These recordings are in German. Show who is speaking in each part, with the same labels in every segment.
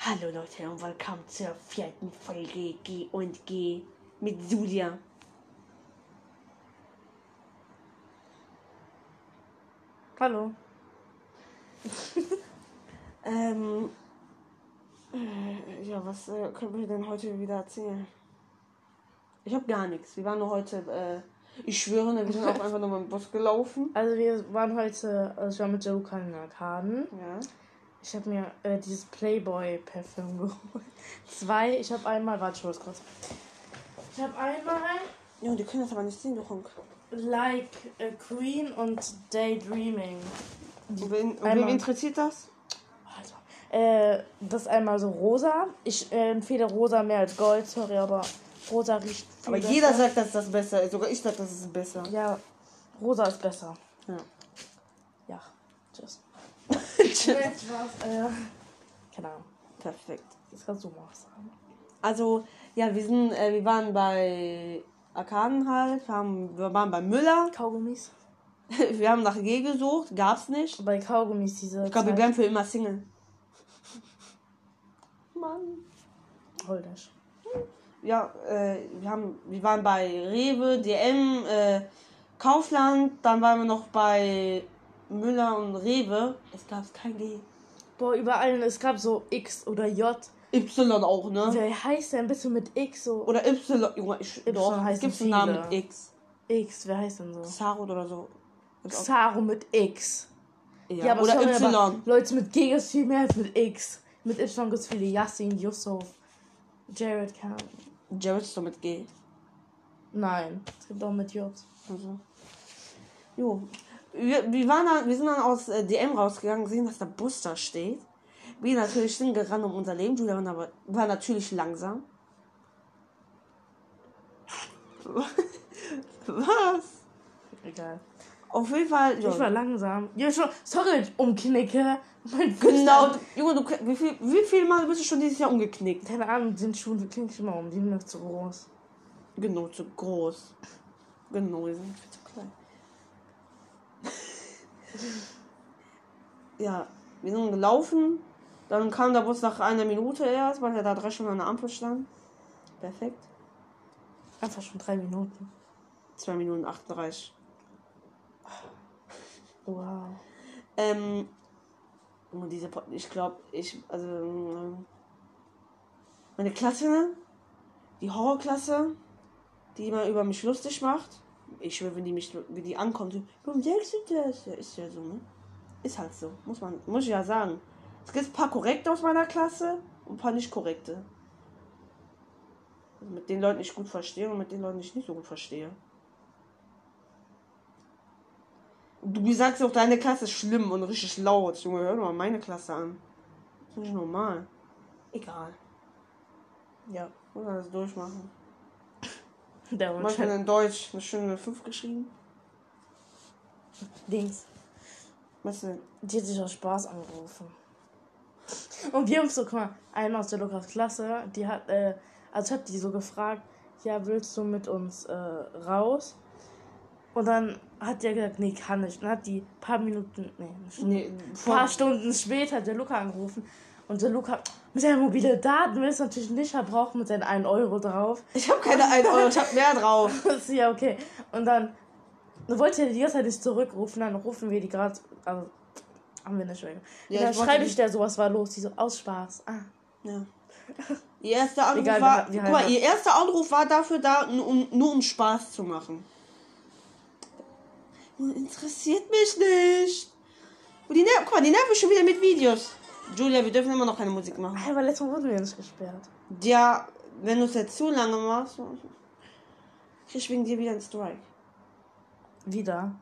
Speaker 1: Hallo Leute und willkommen zur vierten Folge G und G mit Julia.
Speaker 2: Hallo.
Speaker 1: Ähm, äh, ja, was äh, können wir denn heute wieder erzählen? Ich habe gar nichts. Wir waren nur heute, äh, ich schwöre, ne, wir sind auch einfach nur mal im Bus gelaufen.
Speaker 2: Also wir waren heute, also ich war mit Joker in den Arkaden.
Speaker 1: Ja.
Speaker 2: Ich habe mir äh, dieses Playboy-Parfüm geholt. Zwei, ich habe einmal, warte, ich hol's kurz. Ich habe einmal
Speaker 1: Ja, die können das aber nicht sehen, du Honk.
Speaker 2: Like a Queen und Daydreaming.
Speaker 1: Und wen, und wen
Speaker 2: Einmal.
Speaker 1: interessiert das?
Speaker 2: Also, äh, das ist einmal so rosa. Ich äh, empfehle rosa mehr als Gold, sorry, aber rosa riecht viel
Speaker 1: Aber jeder
Speaker 2: besser.
Speaker 1: sagt, dass das besser ist. Sogar ich sag, das ist besser.
Speaker 2: Ja, rosa ist besser.
Speaker 1: Ja.
Speaker 2: Ja, tschüss.
Speaker 1: Tschüss.
Speaker 2: Jetzt war's, äh, keine Ahnung.
Speaker 1: Perfekt.
Speaker 2: Das kannst du mal sagen.
Speaker 1: Also, ja, wir sind, äh, wir waren bei Arkaden halt, wir, haben, wir waren bei Müller,
Speaker 2: Kaugummis?
Speaker 1: wir haben nach G gesucht, gab's nicht.
Speaker 2: Bei Kaugummis diese.
Speaker 1: Ich glaube, wir
Speaker 2: Zeit-
Speaker 1: bleiben für immer Single. Mann.
Speaker 2: Holdasch.
Speaker 1: Ja, äh, wir, haben, wir waren bei Rewe, DM, äh, Kaufland, dann waren wir noch bei Müller und Rewe. Es gab kein G.
Speaker 2: Boah, überall, es gab so X oder J.
Speaker 1: Y auch, ne?
Speaker 2: Wer heißt denn bitte mit X so?
Speaker 1: Oder Y, Junge, ich,
Speaker 2: Y
Speaker 1: doch, es
Speaker 2: heißen
Speaker 1: gibt einen Namen
Speaker 2: viele.
Speaker 1: mit X.
Speaker 2: X, wer heißt denn so?
Speaker 1: Xarot oder so. Gibt's auch-
Speaker 2: Xaro mit X.
Speaker 1: Ja,
Speaker 2: Ja, aber
Speaker 1: oder
Speaker 2: sorry,
Speaker 1: Y.
Speaker 2: Aber Leute mit G ist viel mehr als mit X. Mit Y gibt es viele. Yassin, Yusuf, Jared Kahn.
Speaker 1: Jared ist doch mit G.
Speaker 2: Nein, es gibt auch mit J.
Speaker 1: Also. Jo. Wir, wir, waren dann, wir sind dann aus äh, DM rausgegangen, sehen, dass der Bus da steht. Wir natürlich sind gerannt um unser Leben. Julia war aber- war natürlich langsam. Was?
Speaker 2: Egal.
Speaker 1: Auf jeden Fall.
Speaker 2: Ich war
Speaker 1: Ja.
Speaker 2: langsam. Ja, schon. Sorry, umknicke. Mein Fuß
Speaker 1: Genau,
Speaker 2: hat-
Speaker 1: Junge, du, wie, viel, wie viele Mal bist du schon dieses Jahr umgeknickt?
Speaker 2: Keine Ahnung, sind Schuhe klingt ich immer um. Die sind mir zu groß.
Speaker 1: Genau, zu groß. Genau, die sind zu klein. ja, wir sind gelaufen. Dann kam der Bus nach einer Minute erst, weil er da drei Stunden an der Ampel stand. Perfekt.
Speaker 2: Einfach schon drei Minuten.
Speaker 1: 2 Minuten 38.
Speaker 2: Wow.
Speaker 1: Ähm, und diese, Po- ich glaube, ich, also, ähm, meine Klasse, die Horrorklasse, die immer über mich lustig macht. Ich schwöre, wenn die mich, wenn die ankommt, so, warum sagst du das? Ja, ist ja so, ne? Ist halt so, muss man, muss ich ja sagen. Es gibt ein paar korrekte aus meiner Klasse und ein paar nicht korrekte. Also mit den Leuten ich gut verstehe und mit den Leuten ich nicht so gut verstehe. Du sagst auch, deine Klasse ist schlimm und richtig laut. Junge, hör doch mal meine Klasse an. Das ist nicht normal. Egal.
Speaker 2: Ja.
Speaker 1: Muss alles durchmachen.
Speaker 2: Der
Speaker 1: Manchmal
Speaker 2: Unschuld.
Speaker 1: in Deutsch eine schöne 5 geschrieben.
Speaker 2: Dings.
Speaker 1: Was denn?
Speaker 2: Die hat sich aus Spaß angerufen. Und wir haben so, guck mal, einer aus der Lukas Klasse, die hat, äh, also ich hab die so gefragt, ja, willst du mit uns äh, raus? Und dann hat der gesagt, nee, kann nicht. Und dann hat die paar Minuten, nee, eine Stunde,
Speaker 1: Nee,
Speaker 2: ein paar
Speaker 1: vor,
Speaker 2: Stunden später hat der Luca angerufen. Und der Luca mit seinen mobilen Daten will es natürlich nicht verbrauchen mit seinen 1 Euro drauf.
Speaker 1: ich habe keine 1 Euro, ich habe mehr drauf.
Speaker 2: ist ja okay. Und dann wollte er die ganze Zeit nicht zurückrufen, dann rufen wir die gerade. Also, haben wir nicht mehr.
Speaker 1: Ja,
Speaker 2: dann
Speaker 1: ich wollte
Speaker 2: schreibe
Speaker 1: die-
Speaker 2: ich der so, was war los? Die so, aus Spaß. Ah,
Speaker 1: Ja. Ihr erster Anruf
Speaker 2: Egal,
Speaker 1: war,
Speaker 2: wir- wir
Speaker 1: guck mal,
Speaker 2: halten
Speaker 1: ihr erster Anruf war dafür da, nur um, nur um Spaß zu machen. Interessiert mich nicht. Und die Ner guck mal, die nerven schon wieder mit Videos. Julia, wir dürfen immer noch keine Musik machen.
Speaker 2: aber letztes Mal wurden wir nicht gesperrt.
Speaker 1: Ja, wenn du es jetzt zu lange machst, krieg ich wegen dir wieder einen Strike.
Speaker 2: Wieder.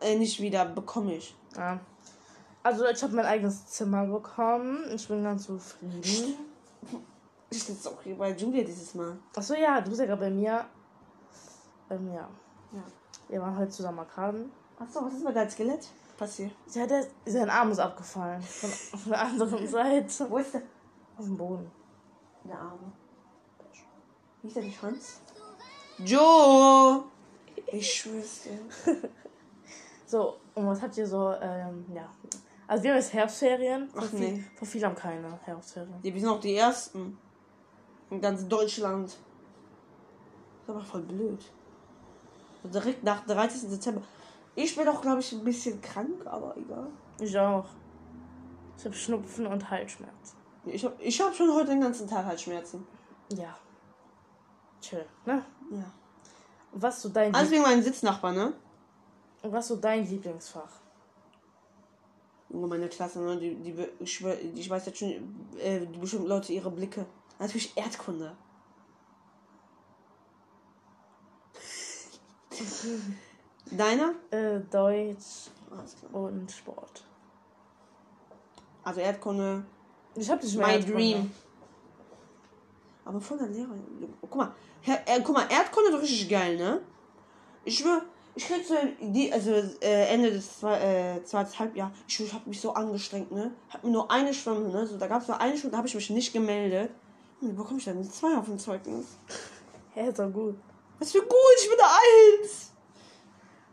Speaker 1: Äh, nicht wieder, bekomme ich.
Speaker 2: Ja. Also, ich habe mein eigenes Zimmer bekommen. Ich bin ganz zufrieden.
Speaker 1: Ich sitze auch hier bei Julia dieses Mal.
Speaker 2: Achso, ja, du bist ja gerade bei mir. Ähm, ja.
Speaker 1: Ja.
Speaker 2: Wir waren heute zusammen Arkaden.
Speaker 1: Achso, was ist mit deinem Skelett? Passiert.
Speaker 2: Ja, der, sein Arm ist abgefallen. Von, von der anderen Seite.
Speaker 1: Wo ist der?
Speaker 2: Auf dem Boden.
Speaker 1: Der Arme. Wie ist der nicht Hans? Joe! Ich schwör's dir.
Speaker 2: So, und was habt ihr so, ähm, ja. Also wir haben jetzt Herbstferien. Vor
Speaker 1: Ach,
Speaker 2: viel,
Speaker 1: nee.
Speaker 2: vor viel haben keine Herbstferien.
Speaker 1: Die wir sind auch die ersten. In ganz Deutschland. Das ist aber voll blöd. So direkt nach 13. Dezember. Ich bin auch, glaube ich, ein bisschen krank, aber egal.
Speaker 2: Ich auch. Ich habe Schnupfen und Halsschmerz.
Speaker 1: Ich habe ich hab schon heute den ganzen Tag halt Schmerzen.
Speaker 2: Ja. Chill, ne?
Speaker 1: Ja.
Speaker 2: Und was so dein,
Speaker 1: Alles
Speaker 2: Lieb
Speaker 1: wegen meinem Sitznachbar, ne?
Speaker 2: und was so dein Lieblingsfach?
Speaker 1: Junge, meine Klasse, ne? Die, die, be- ich, schwör, ich weiß jetzt schon, äh, die bestimmt Leute ihre Blicke. Natürlich Erdkunde. Deiner?
Speaker 2: Äh, Deutsch
Speaker 1: Alles klar.
Speaker 2: und Sport.
Speaker 1: Also Erdkunde,
Speaker 2: Ich habe dich
Speaker 1: My
Speaker 2: Erdkunde.
Speaker 1: dream. Aber von der Lehrerin. Guck mal, Her äh, guck mal Erdkunde ist richtig geil, ne? Ich schwör, ich krieg so die, also äh, Ende des zwe äh, zweiten Halbjahr, ich, schwör, ich hab mich so angestrengt, ne? Hab mir nur eine Schwimme, ne? So, da gab's nur eine Stunde, da hab ich mich nicht gemeldet. Und wie bekomme ich dann eine 2 auf dem Zeugnis?
Speaker 2: Hä, ist doch gut.
Speaker 1: Was für gut, ich bin der Eins!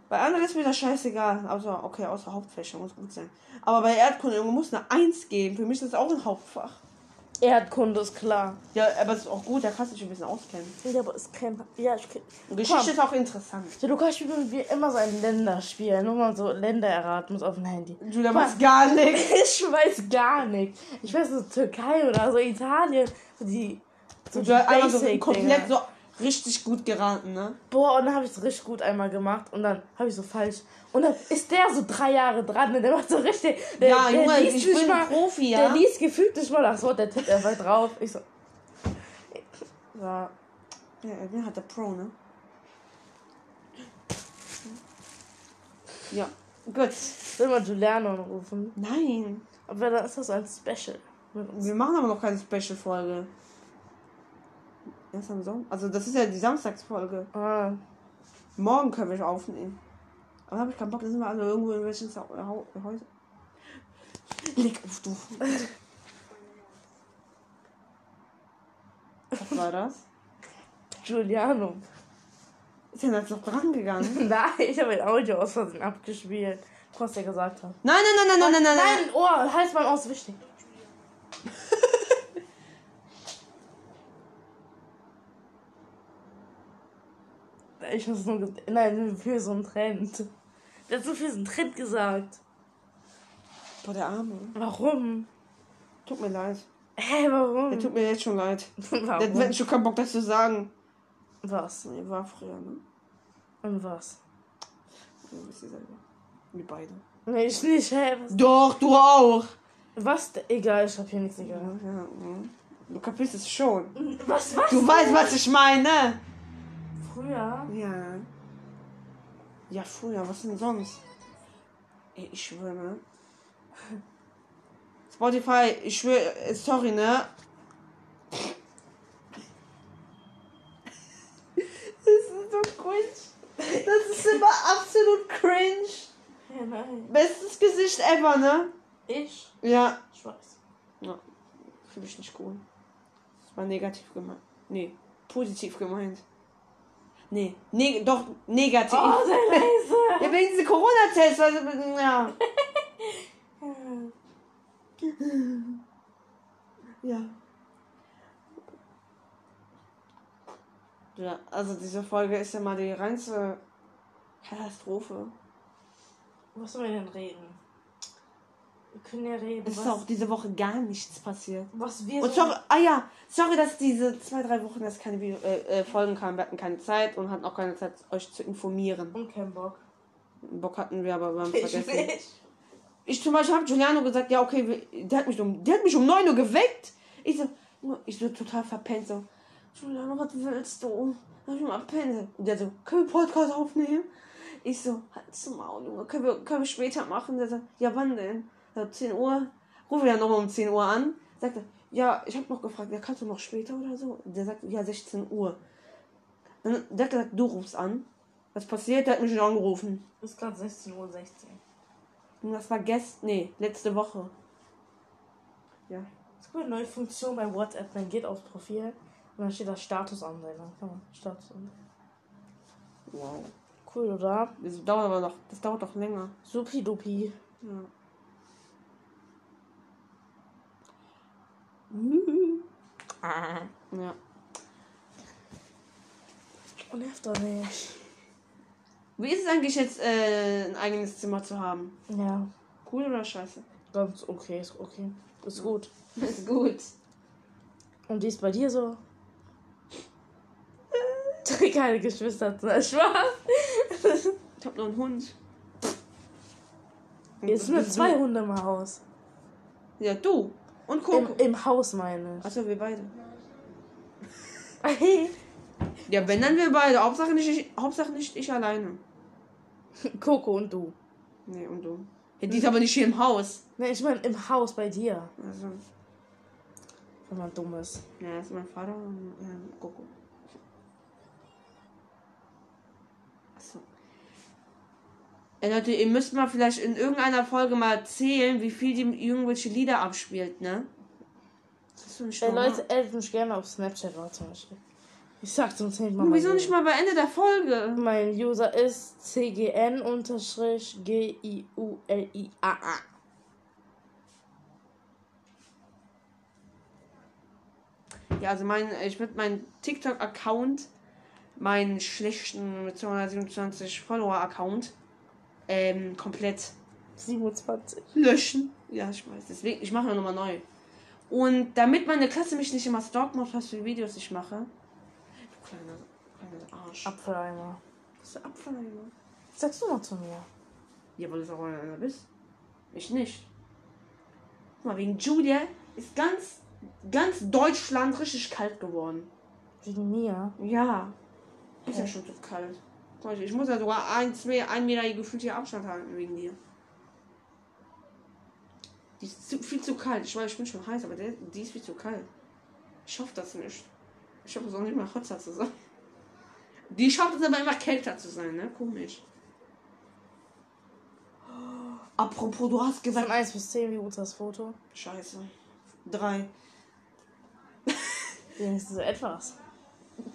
Speaker 1: Bei anderen ist mir das scheißegal. Außer, okay, außer Hauptfächer muss gut sein. Aber bei Erdkunde irgendwo muss eine Eins geben. Für mich ist das auch ein Hauptfach.
Speaker 2: Erdkunde ist klar.
Speaker 1: Ja, aber es ist auch gut, da kannst du dich ein bisschen auskennen.
Speaker 2: Ja, aber ist kein. Ja, ich kenn.
Speaker 1: Und Geschichte
Speaker 2: Komm.
Speaker 1: ist auch interessant.
Speaker 2: Ja, du kannst spielen wie immer so ein Länderspiel. Nur mal so Länder erraten muss auf dem Handy.
Speaker 1: Julia
Speaker 2: Komm.
Speaker 1: macht gar nichts.
Speaker 2: Ich weiß gar nicht. Ich weiß so Türkei oder so Italien. So die. So die
Speaker 1: Julia einmal so
Speaker 2: Basic-Dinger.
Speaker 1: komplett so richtig gut geraten, ne?
Speaker 2: Boah, und dann habe ich es richtig gut einmal gemacht und dann habe ich so falsch. Und dann ist der so drei Jahre dran und der macht so richtig. Der,
Speaker 1: ja,
Speaker 2: der
Speaker 1: Junge,
Speaker 2: liest
Speaker 1: ich
Speaker 2: nicht
Speaker 1: bin
Speaker 2: mal,
Speaker 1: ein Profi,
Speaker 2: Der
Speaker 1: ja.
Speaker 2: liest gefühlt nicht mal das Wort, der tippt einfach drauf. Ich so. Ja,
Speaker 1: Ja, Erwin hat der Pro, ne? Ja, gut.
Speaker 2: will mal Juliano anrufen.
Speaker 1: Nein,
Speaker 2: Aber dann ist das ein Special. Mit uns.
Speaker 1: wir machen aber noch keine Special-Folge. Erst am Sonntag. Also, das ist ja die Samstagsfolge.
Speaker 2: Ah,
Speaker 1: Morgen können wir schon aufnehmen. Aber habe ich keinen Bock, da sind wir alle irgendwo in welchen Zau- äh, Hau- Häusern. Leg auf, du. Was war das?
Speaker 2: Giuliano.
Speaker 1: Ist denn jetzt noch dran gegangen?
Speaker 2: Nein, ich habe ein Audio aus Versehen abgespielt. Was der gesagt hat.
Speaker 1: Nein, nein, nein, nein, nein, nein, nein.
Speaker 2: Nein, oh, halt mal aus, wichtig. ich muss nur. ge- Nein, für so einen Trend. Der hat so viel so einen Trend gesagt.
Speaker 1: Boah, der Arme.
Speaker 2: Warum?
Speaker 1: Tut mir leid.
Speaker 2: Hä, warum?
Speaker 1: Der tut mir jetzt schon leid. Der
Speaker 2: warum?
Speaker 1: hat schon keinen Bock, das zu sagen.
Speaker 2: Was?
Speaker 1: Nee, war früher, ne?
Speaker 2: Und was?
Speaker 1: Du wisst ihr selber. Wir beide.
Speaker 2: Nee, ich nicht, hä? Was?
Speaker 1: Doch, du auch.
Speaker 2: was? d- Egal, ich hab hier nichts
Speaker 1: Ja,
Speaker 2: egal.
Speaker 1: ja, mhm. Du kapierst es schon.
Speaker 2: Was, was?
Speaker 1: Du weißt, was ich meine.
Speaker 2: Früher?
Speaker 1: Ja. Ja, früher, was denn sonst? Ey, ich schwöre, ne? Spotify, ich schwöre, äh, sorry, ne? Das ist so cringe. Das ist immer absolut cringe.
Speaker 2: Ja, nein.
Speaker 1: Bestes Gesicht ever, ne?
Speaker 2: Ich?
Speaker 1: Ja.
Speaker 2: Ich weiß.
Speaker 1: ja. Finde ich nicht cool. Das war negativ gemeint. Nee, positiv gemeint. Nee, ne doch, negativ.
Speaker 2: Oh, sei leise!
Speaker 1: Ja, wegen diesem Corona-Test. Also, ja. ja. Ja, also diese Folge ist ja mal die reinste Katastrophe.
Speaker 2: Was sollen wir denn reden? Wir können ja reden,
Speaker 1: Es
Speaker 2: was,
Speaker 1: ist auch diese Woche gar nichts passiert.
Speaker 2: was wir
Speaker 1: Und
Speaker 2: so...
Speaker 1: sorry, ah ja, sorry, dass diese zwei, drei Wochen dass keine Video, äh, äh, Folgen kamen. Wir hatten keine Zeit und hatten auch keine Zeit, euch zu informieren.
Speaker 2: Und keinen Bock.
Speaker 1: Bock hatten wir, aber wir haben
Speaker 2: Ich
Speaker 1: vergessen.
Speaker 2: nicht.
Speaker 1: Ich zum Beispiel habe Giuliano gesagt, ja, okay, wir- der hat mich um, der hat mich um 9 Uhr geweckt. Ich so, Junge, ich so total verpennt, so, Giuliano, was willst du? Dann hab ich mal verpennt. Und der so, können wir Podcast aufnehmen? Ich so, halt zum Maul, Junge, können wir, können wir später machen? Der so, ja, wann denn? So, 10 Uhr. Rufe ja nochmal um 10 Uhr an. Sagt er, ja, ich habe noch gefragt, ja, kannst du noch später oder so? Der sagt, ja, 16 Uhr. Dann der hat gesagt, du rufst an. Was passiert? Der hat mich schon angerufen.
Speaker 2: Ist gerade 16.16 Uhr. 16.
Speaker 1: Und das war gestern, nee, letzte Woche. Ja.
Speaker 2: Es gibt eine neue Funktion bei WhatsApp. Man geht aufs Profil und dann steht da Status ansehen. Dann kann man Status ansehen.
Speaker 1: Wow.
Speaker 2: Cool, oder?
Speaker 1: Das dauert aber noch, das dauert doch länger.
Speaker 2: Supidupi.
Speaker 1: Ja. Ja.
Speaker 2: Und nervt doch nicht.
Speaker 1: Wie ist es eigentlich jetzt, äh, ein eigenes Zimmer zu haben?
Speaker 2: Ja,
Speaker 1: Cool oder scheiße?
Speaker 2: ganz okay, ist okay. Ist gut.
Speaker 1: Ist gut.
Speaker 2: Und wie ist bei dir so? Keine Geschwister, ne? Spaß.
Speaker 1: Ich hab noch einen Hund.
Speaker 2: Jetzt sind nur zwei Hunde im Haus.
Speaker 1: Ja, du. Und
Speaker 2: Im,
Speaker 1: Coco.
Speaker 2: Im Haus meine ich.
Speaker 1: Achso, wir beide.
Speaker 2: Hey.
Speaker 1: Ja, wenn dann wir beide. Hauptsache nicht ich, Hauptsache nicht ich alleine.
Speaker 2: Coco und du.
Speaker 1: Nee, und du. Ja, die ist aber nicht hier im Haus.
Speaker 2: Ne, ich meine im Haus bei dir.
Speaker 1: Also,
Speaker 2: Wenn man dumm ist.
Speaker 1: ja, das ist mein Vater und ähm, Coco. Achso. Ja, Leute, ihr müsst mal vielleicht in irgendeiner Folge mal erzählen, wie viel die irgendwelche Lieder abspielt, ne? Das ist so ein
Speaker 2: Ey,
Speaker 1: Schnurrbart.
Speaker 2: Leute, ey, mich gerne auf Snapchat war zum Beispiel. Ich sag zum zehnten Mal.
Speaker 1: Und
Speaker 2: mein
Speaker 1: Hm, wieso nicht
Speaker 2: User.
Speaker 1: mal bei Ende der Folge?
Speaker 2: Mein User ist cgn-giulia.
Speaker 1: Ja, also mein, ich würde meinen TikTok-Account, meinen schlechten mit 227 Follower-Account, ähm, komplett
Speaker 2: 27.
Speaker 1: löschen. Ja, ich weiß. Deswegen, ich mache nochmal neu. Und damit meine Klasse mich nicht immer stalken macht, was für Videos ich mache. Du kleiner, kleiner Arsch. Ab,
Speaker 2: Apfeleimer.
Speaker 1: bist du Apfeleimer?
Speaker 2: Was sagst du noch zu mir?
Speaker 1: Ja, weil du auch einer bist. Ich nicht. Guck mal, wegen Julia ist ganz, ganz Deutschland richtig kalt geworden.
Speaker 2: Wegen mir?
Speaker 1: Ja. Ist ja schon zu kalt. Guck mal, Ich muss ja sogar ein, zwei, ein Meter gefühlt hier Abstand halten wegen dir. Die ist zu, viel zu kalt. Ich weiß, ich bin schon heiß, aber der, die ist viel zu kalt. Ich hoffe das nicht. Ich hoffe, es auch nicht mal hotter zu sein. Die schafft es aber immer kälter zu sein, ne? Komisch. Apropos, du hast
Speaker 2: Von
Speaker 1: gesagt.
Speaker 2: 1 bis 10, wie gut ist das Foto?
Speaker 1: Scheiße. Drei.
Speaker 2: Wenigstens etwas.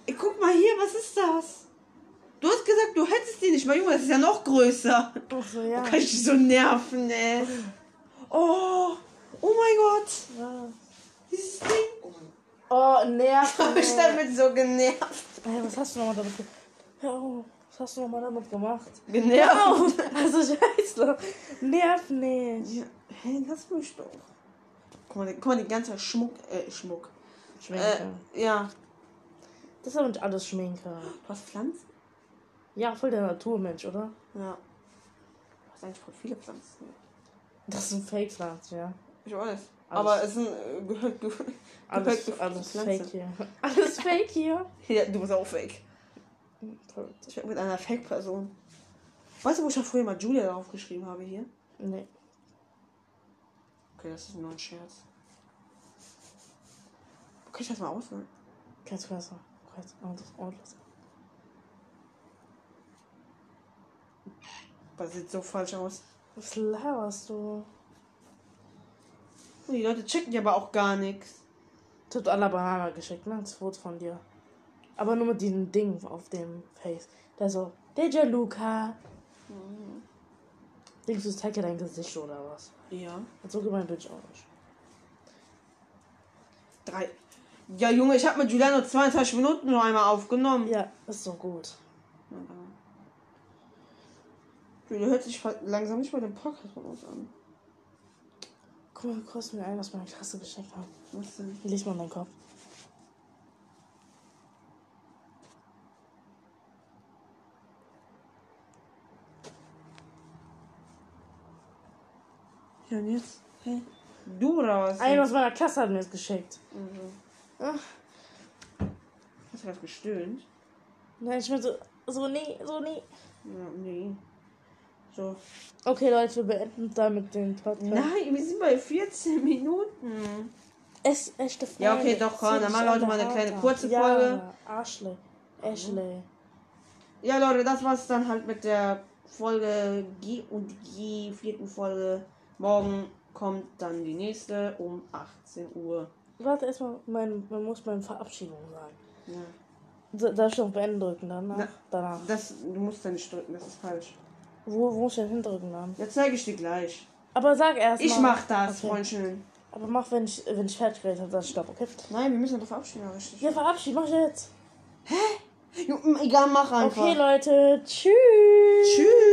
Speaker 1: Ey, guck mal hier, was ist das? Du hast gesagt, du hättest die nicht mal. Junge, das ist ja noch größer.
Speaker 2: Ach so, ja.
Speaker 1: Kann ich dich so nerven, ey. Oh, oh mein Gott.
Speaker 2: Ja.
Speaker 1: Dieses Ding.
Speaker 2: Oh, nervt.
Speaker 1: Hab ich damit so genervt.
Speaker 2: Ey, was hast du nochmal damit gemacht? Oh, was hast du nochmal damit gemacht?
Speaker 1: Genervt?
Speaker 2: Oh, also scheiße. Nerv nicht.
Speaker 1: Ja. Hey, lass mich doch. Guck mal, guck mal den ganzen Schmuck, äh, Schmuck. Äh,
Speaker 2: Schminke.
Speaker 1: ja.
Speaker 2: Das ist aber nicht alles Schminke.
Speaker 1: Du hast Pflanzen?
Speaker 2: Ja, voll der Naturmensch, oder?
Speaker 1: Ja. Du hast eigentlich voll viele Pflanzen.
Speaker 2: Das ist ein Fake-Pflanz, ja.
Speaker 1: Ich weiß. Aber es sind äh, gehört, gehört,
Speaker 2: Alles,
Speaker 1: gehört
Speaker 2: alles
Speaker 1: Pflanzen.
Speaker 2: Fake hier. Alles Fake hier.
Speaker 1: Ja, du bist auch fake.
Speaker 2: Verrückt.
Speaker 1: Ich bin mit einer Fake-Person. Weißt du, wo ich ja früher mal Julia draufgeschrieben habe hier?
Speaker 2: Nee.
Speaker 1: Okay, das ist nur ein Scherz. Kann ich das mal ne? auswählen?
Speaker 2: Kannst du besser. Kannst du anders auslassen.
Speaker 1: Das sieht so falsch aus.
Speaker 2: Was laberst du?
Speaker 1: Die Leute checken ja aber auch gar nichts.
Speaker 2: Ich hab aller Banana geschickt, ne? Das Foto von dir. Aber nur mit diesem Ding auf dem Face. Der so, Deja Luca. Denkst du, es zeigt ja dein Gesicht oder was?
Speaker 1: Ja.
Speaker 2: Und so geht mein Bild auch nicht.
Speaker 1: Drei. Ja, Junge, ich habe mit Julia nur 22 Minuten nur einmal aufgenommen.
Speaker 2: Ja, ist doch gut.
Speaker 1: Julia hört sich fa- langsam nicht mal den Podcast von uns an.
Speaker 2: Guck mal, kurz mir ein, was meine Klasse geschenkt hat.
Speaker 1: Was denn?
Speaker 2: Lies mal in deinen Kopf.
Speaker 1: Ja, und jetzt? Hä? Du oder was?
Speaker 2: Einer aus meiner Klasse hat mir das geschickt.
Speaker 1: Hast du das gestöhnt?
Speaker 2: Nein, ich bin so, so nie, so nie.
Speaker 1: Ja, nee. So.
Speaker 2: Okay, Leute, wir beenden damit den Podcast.
Speaker 1: Nein, wir sind bei 14 Minuten.
Speaker 2: Es echte Frage.
Speaker 1: Ja, okay, doch, komm, dann machen wir heute mal eine kleine kurze Folge.
Speaker 2: Ja, Ashley. Ashley.
Speaker 1: Ja, Leute, das war's dann halt mit der Folge G und G, vierten Folge. Morgen kommt dann die nächste um 18 Uhr.
Speaker 2: Warte erstmal, mein, man muss meine Verabschiedung sagen.
Speaker 1: Ja.
Speaker 2: Da- Darf ich noch beenden drücken danach?
Speaker 1: Na.
Speaker 2: Danach.
Speaker 1: Das, du musst da nicht drücken, das ist falsch.
Speaker 2: Wo, wo muss ich denn hindrücken dann?
Speaker 1: Jetzt zeige ich dir gleich.
Speaker 2: Aber sag erst
Speaker 1: Ich
Speaker 2: mal.
Speaker 1: mach das,
Speaker 2: Okay.
Speaker 1: Freundchen.
Speaker 2: Aber mach, wenn ich, wenn ich fertig geredet habe, dann stopp, okay?
Speaker 1: Nein, wir müssen doch verabschieden, richtig.
Speaker 2: Ja, verabschieden, mach jetzt.
Speaker 1: Egal, mach einfach.
Speaker 2: Okay, Leute, tschüss.
Speaker 1: Tschüss.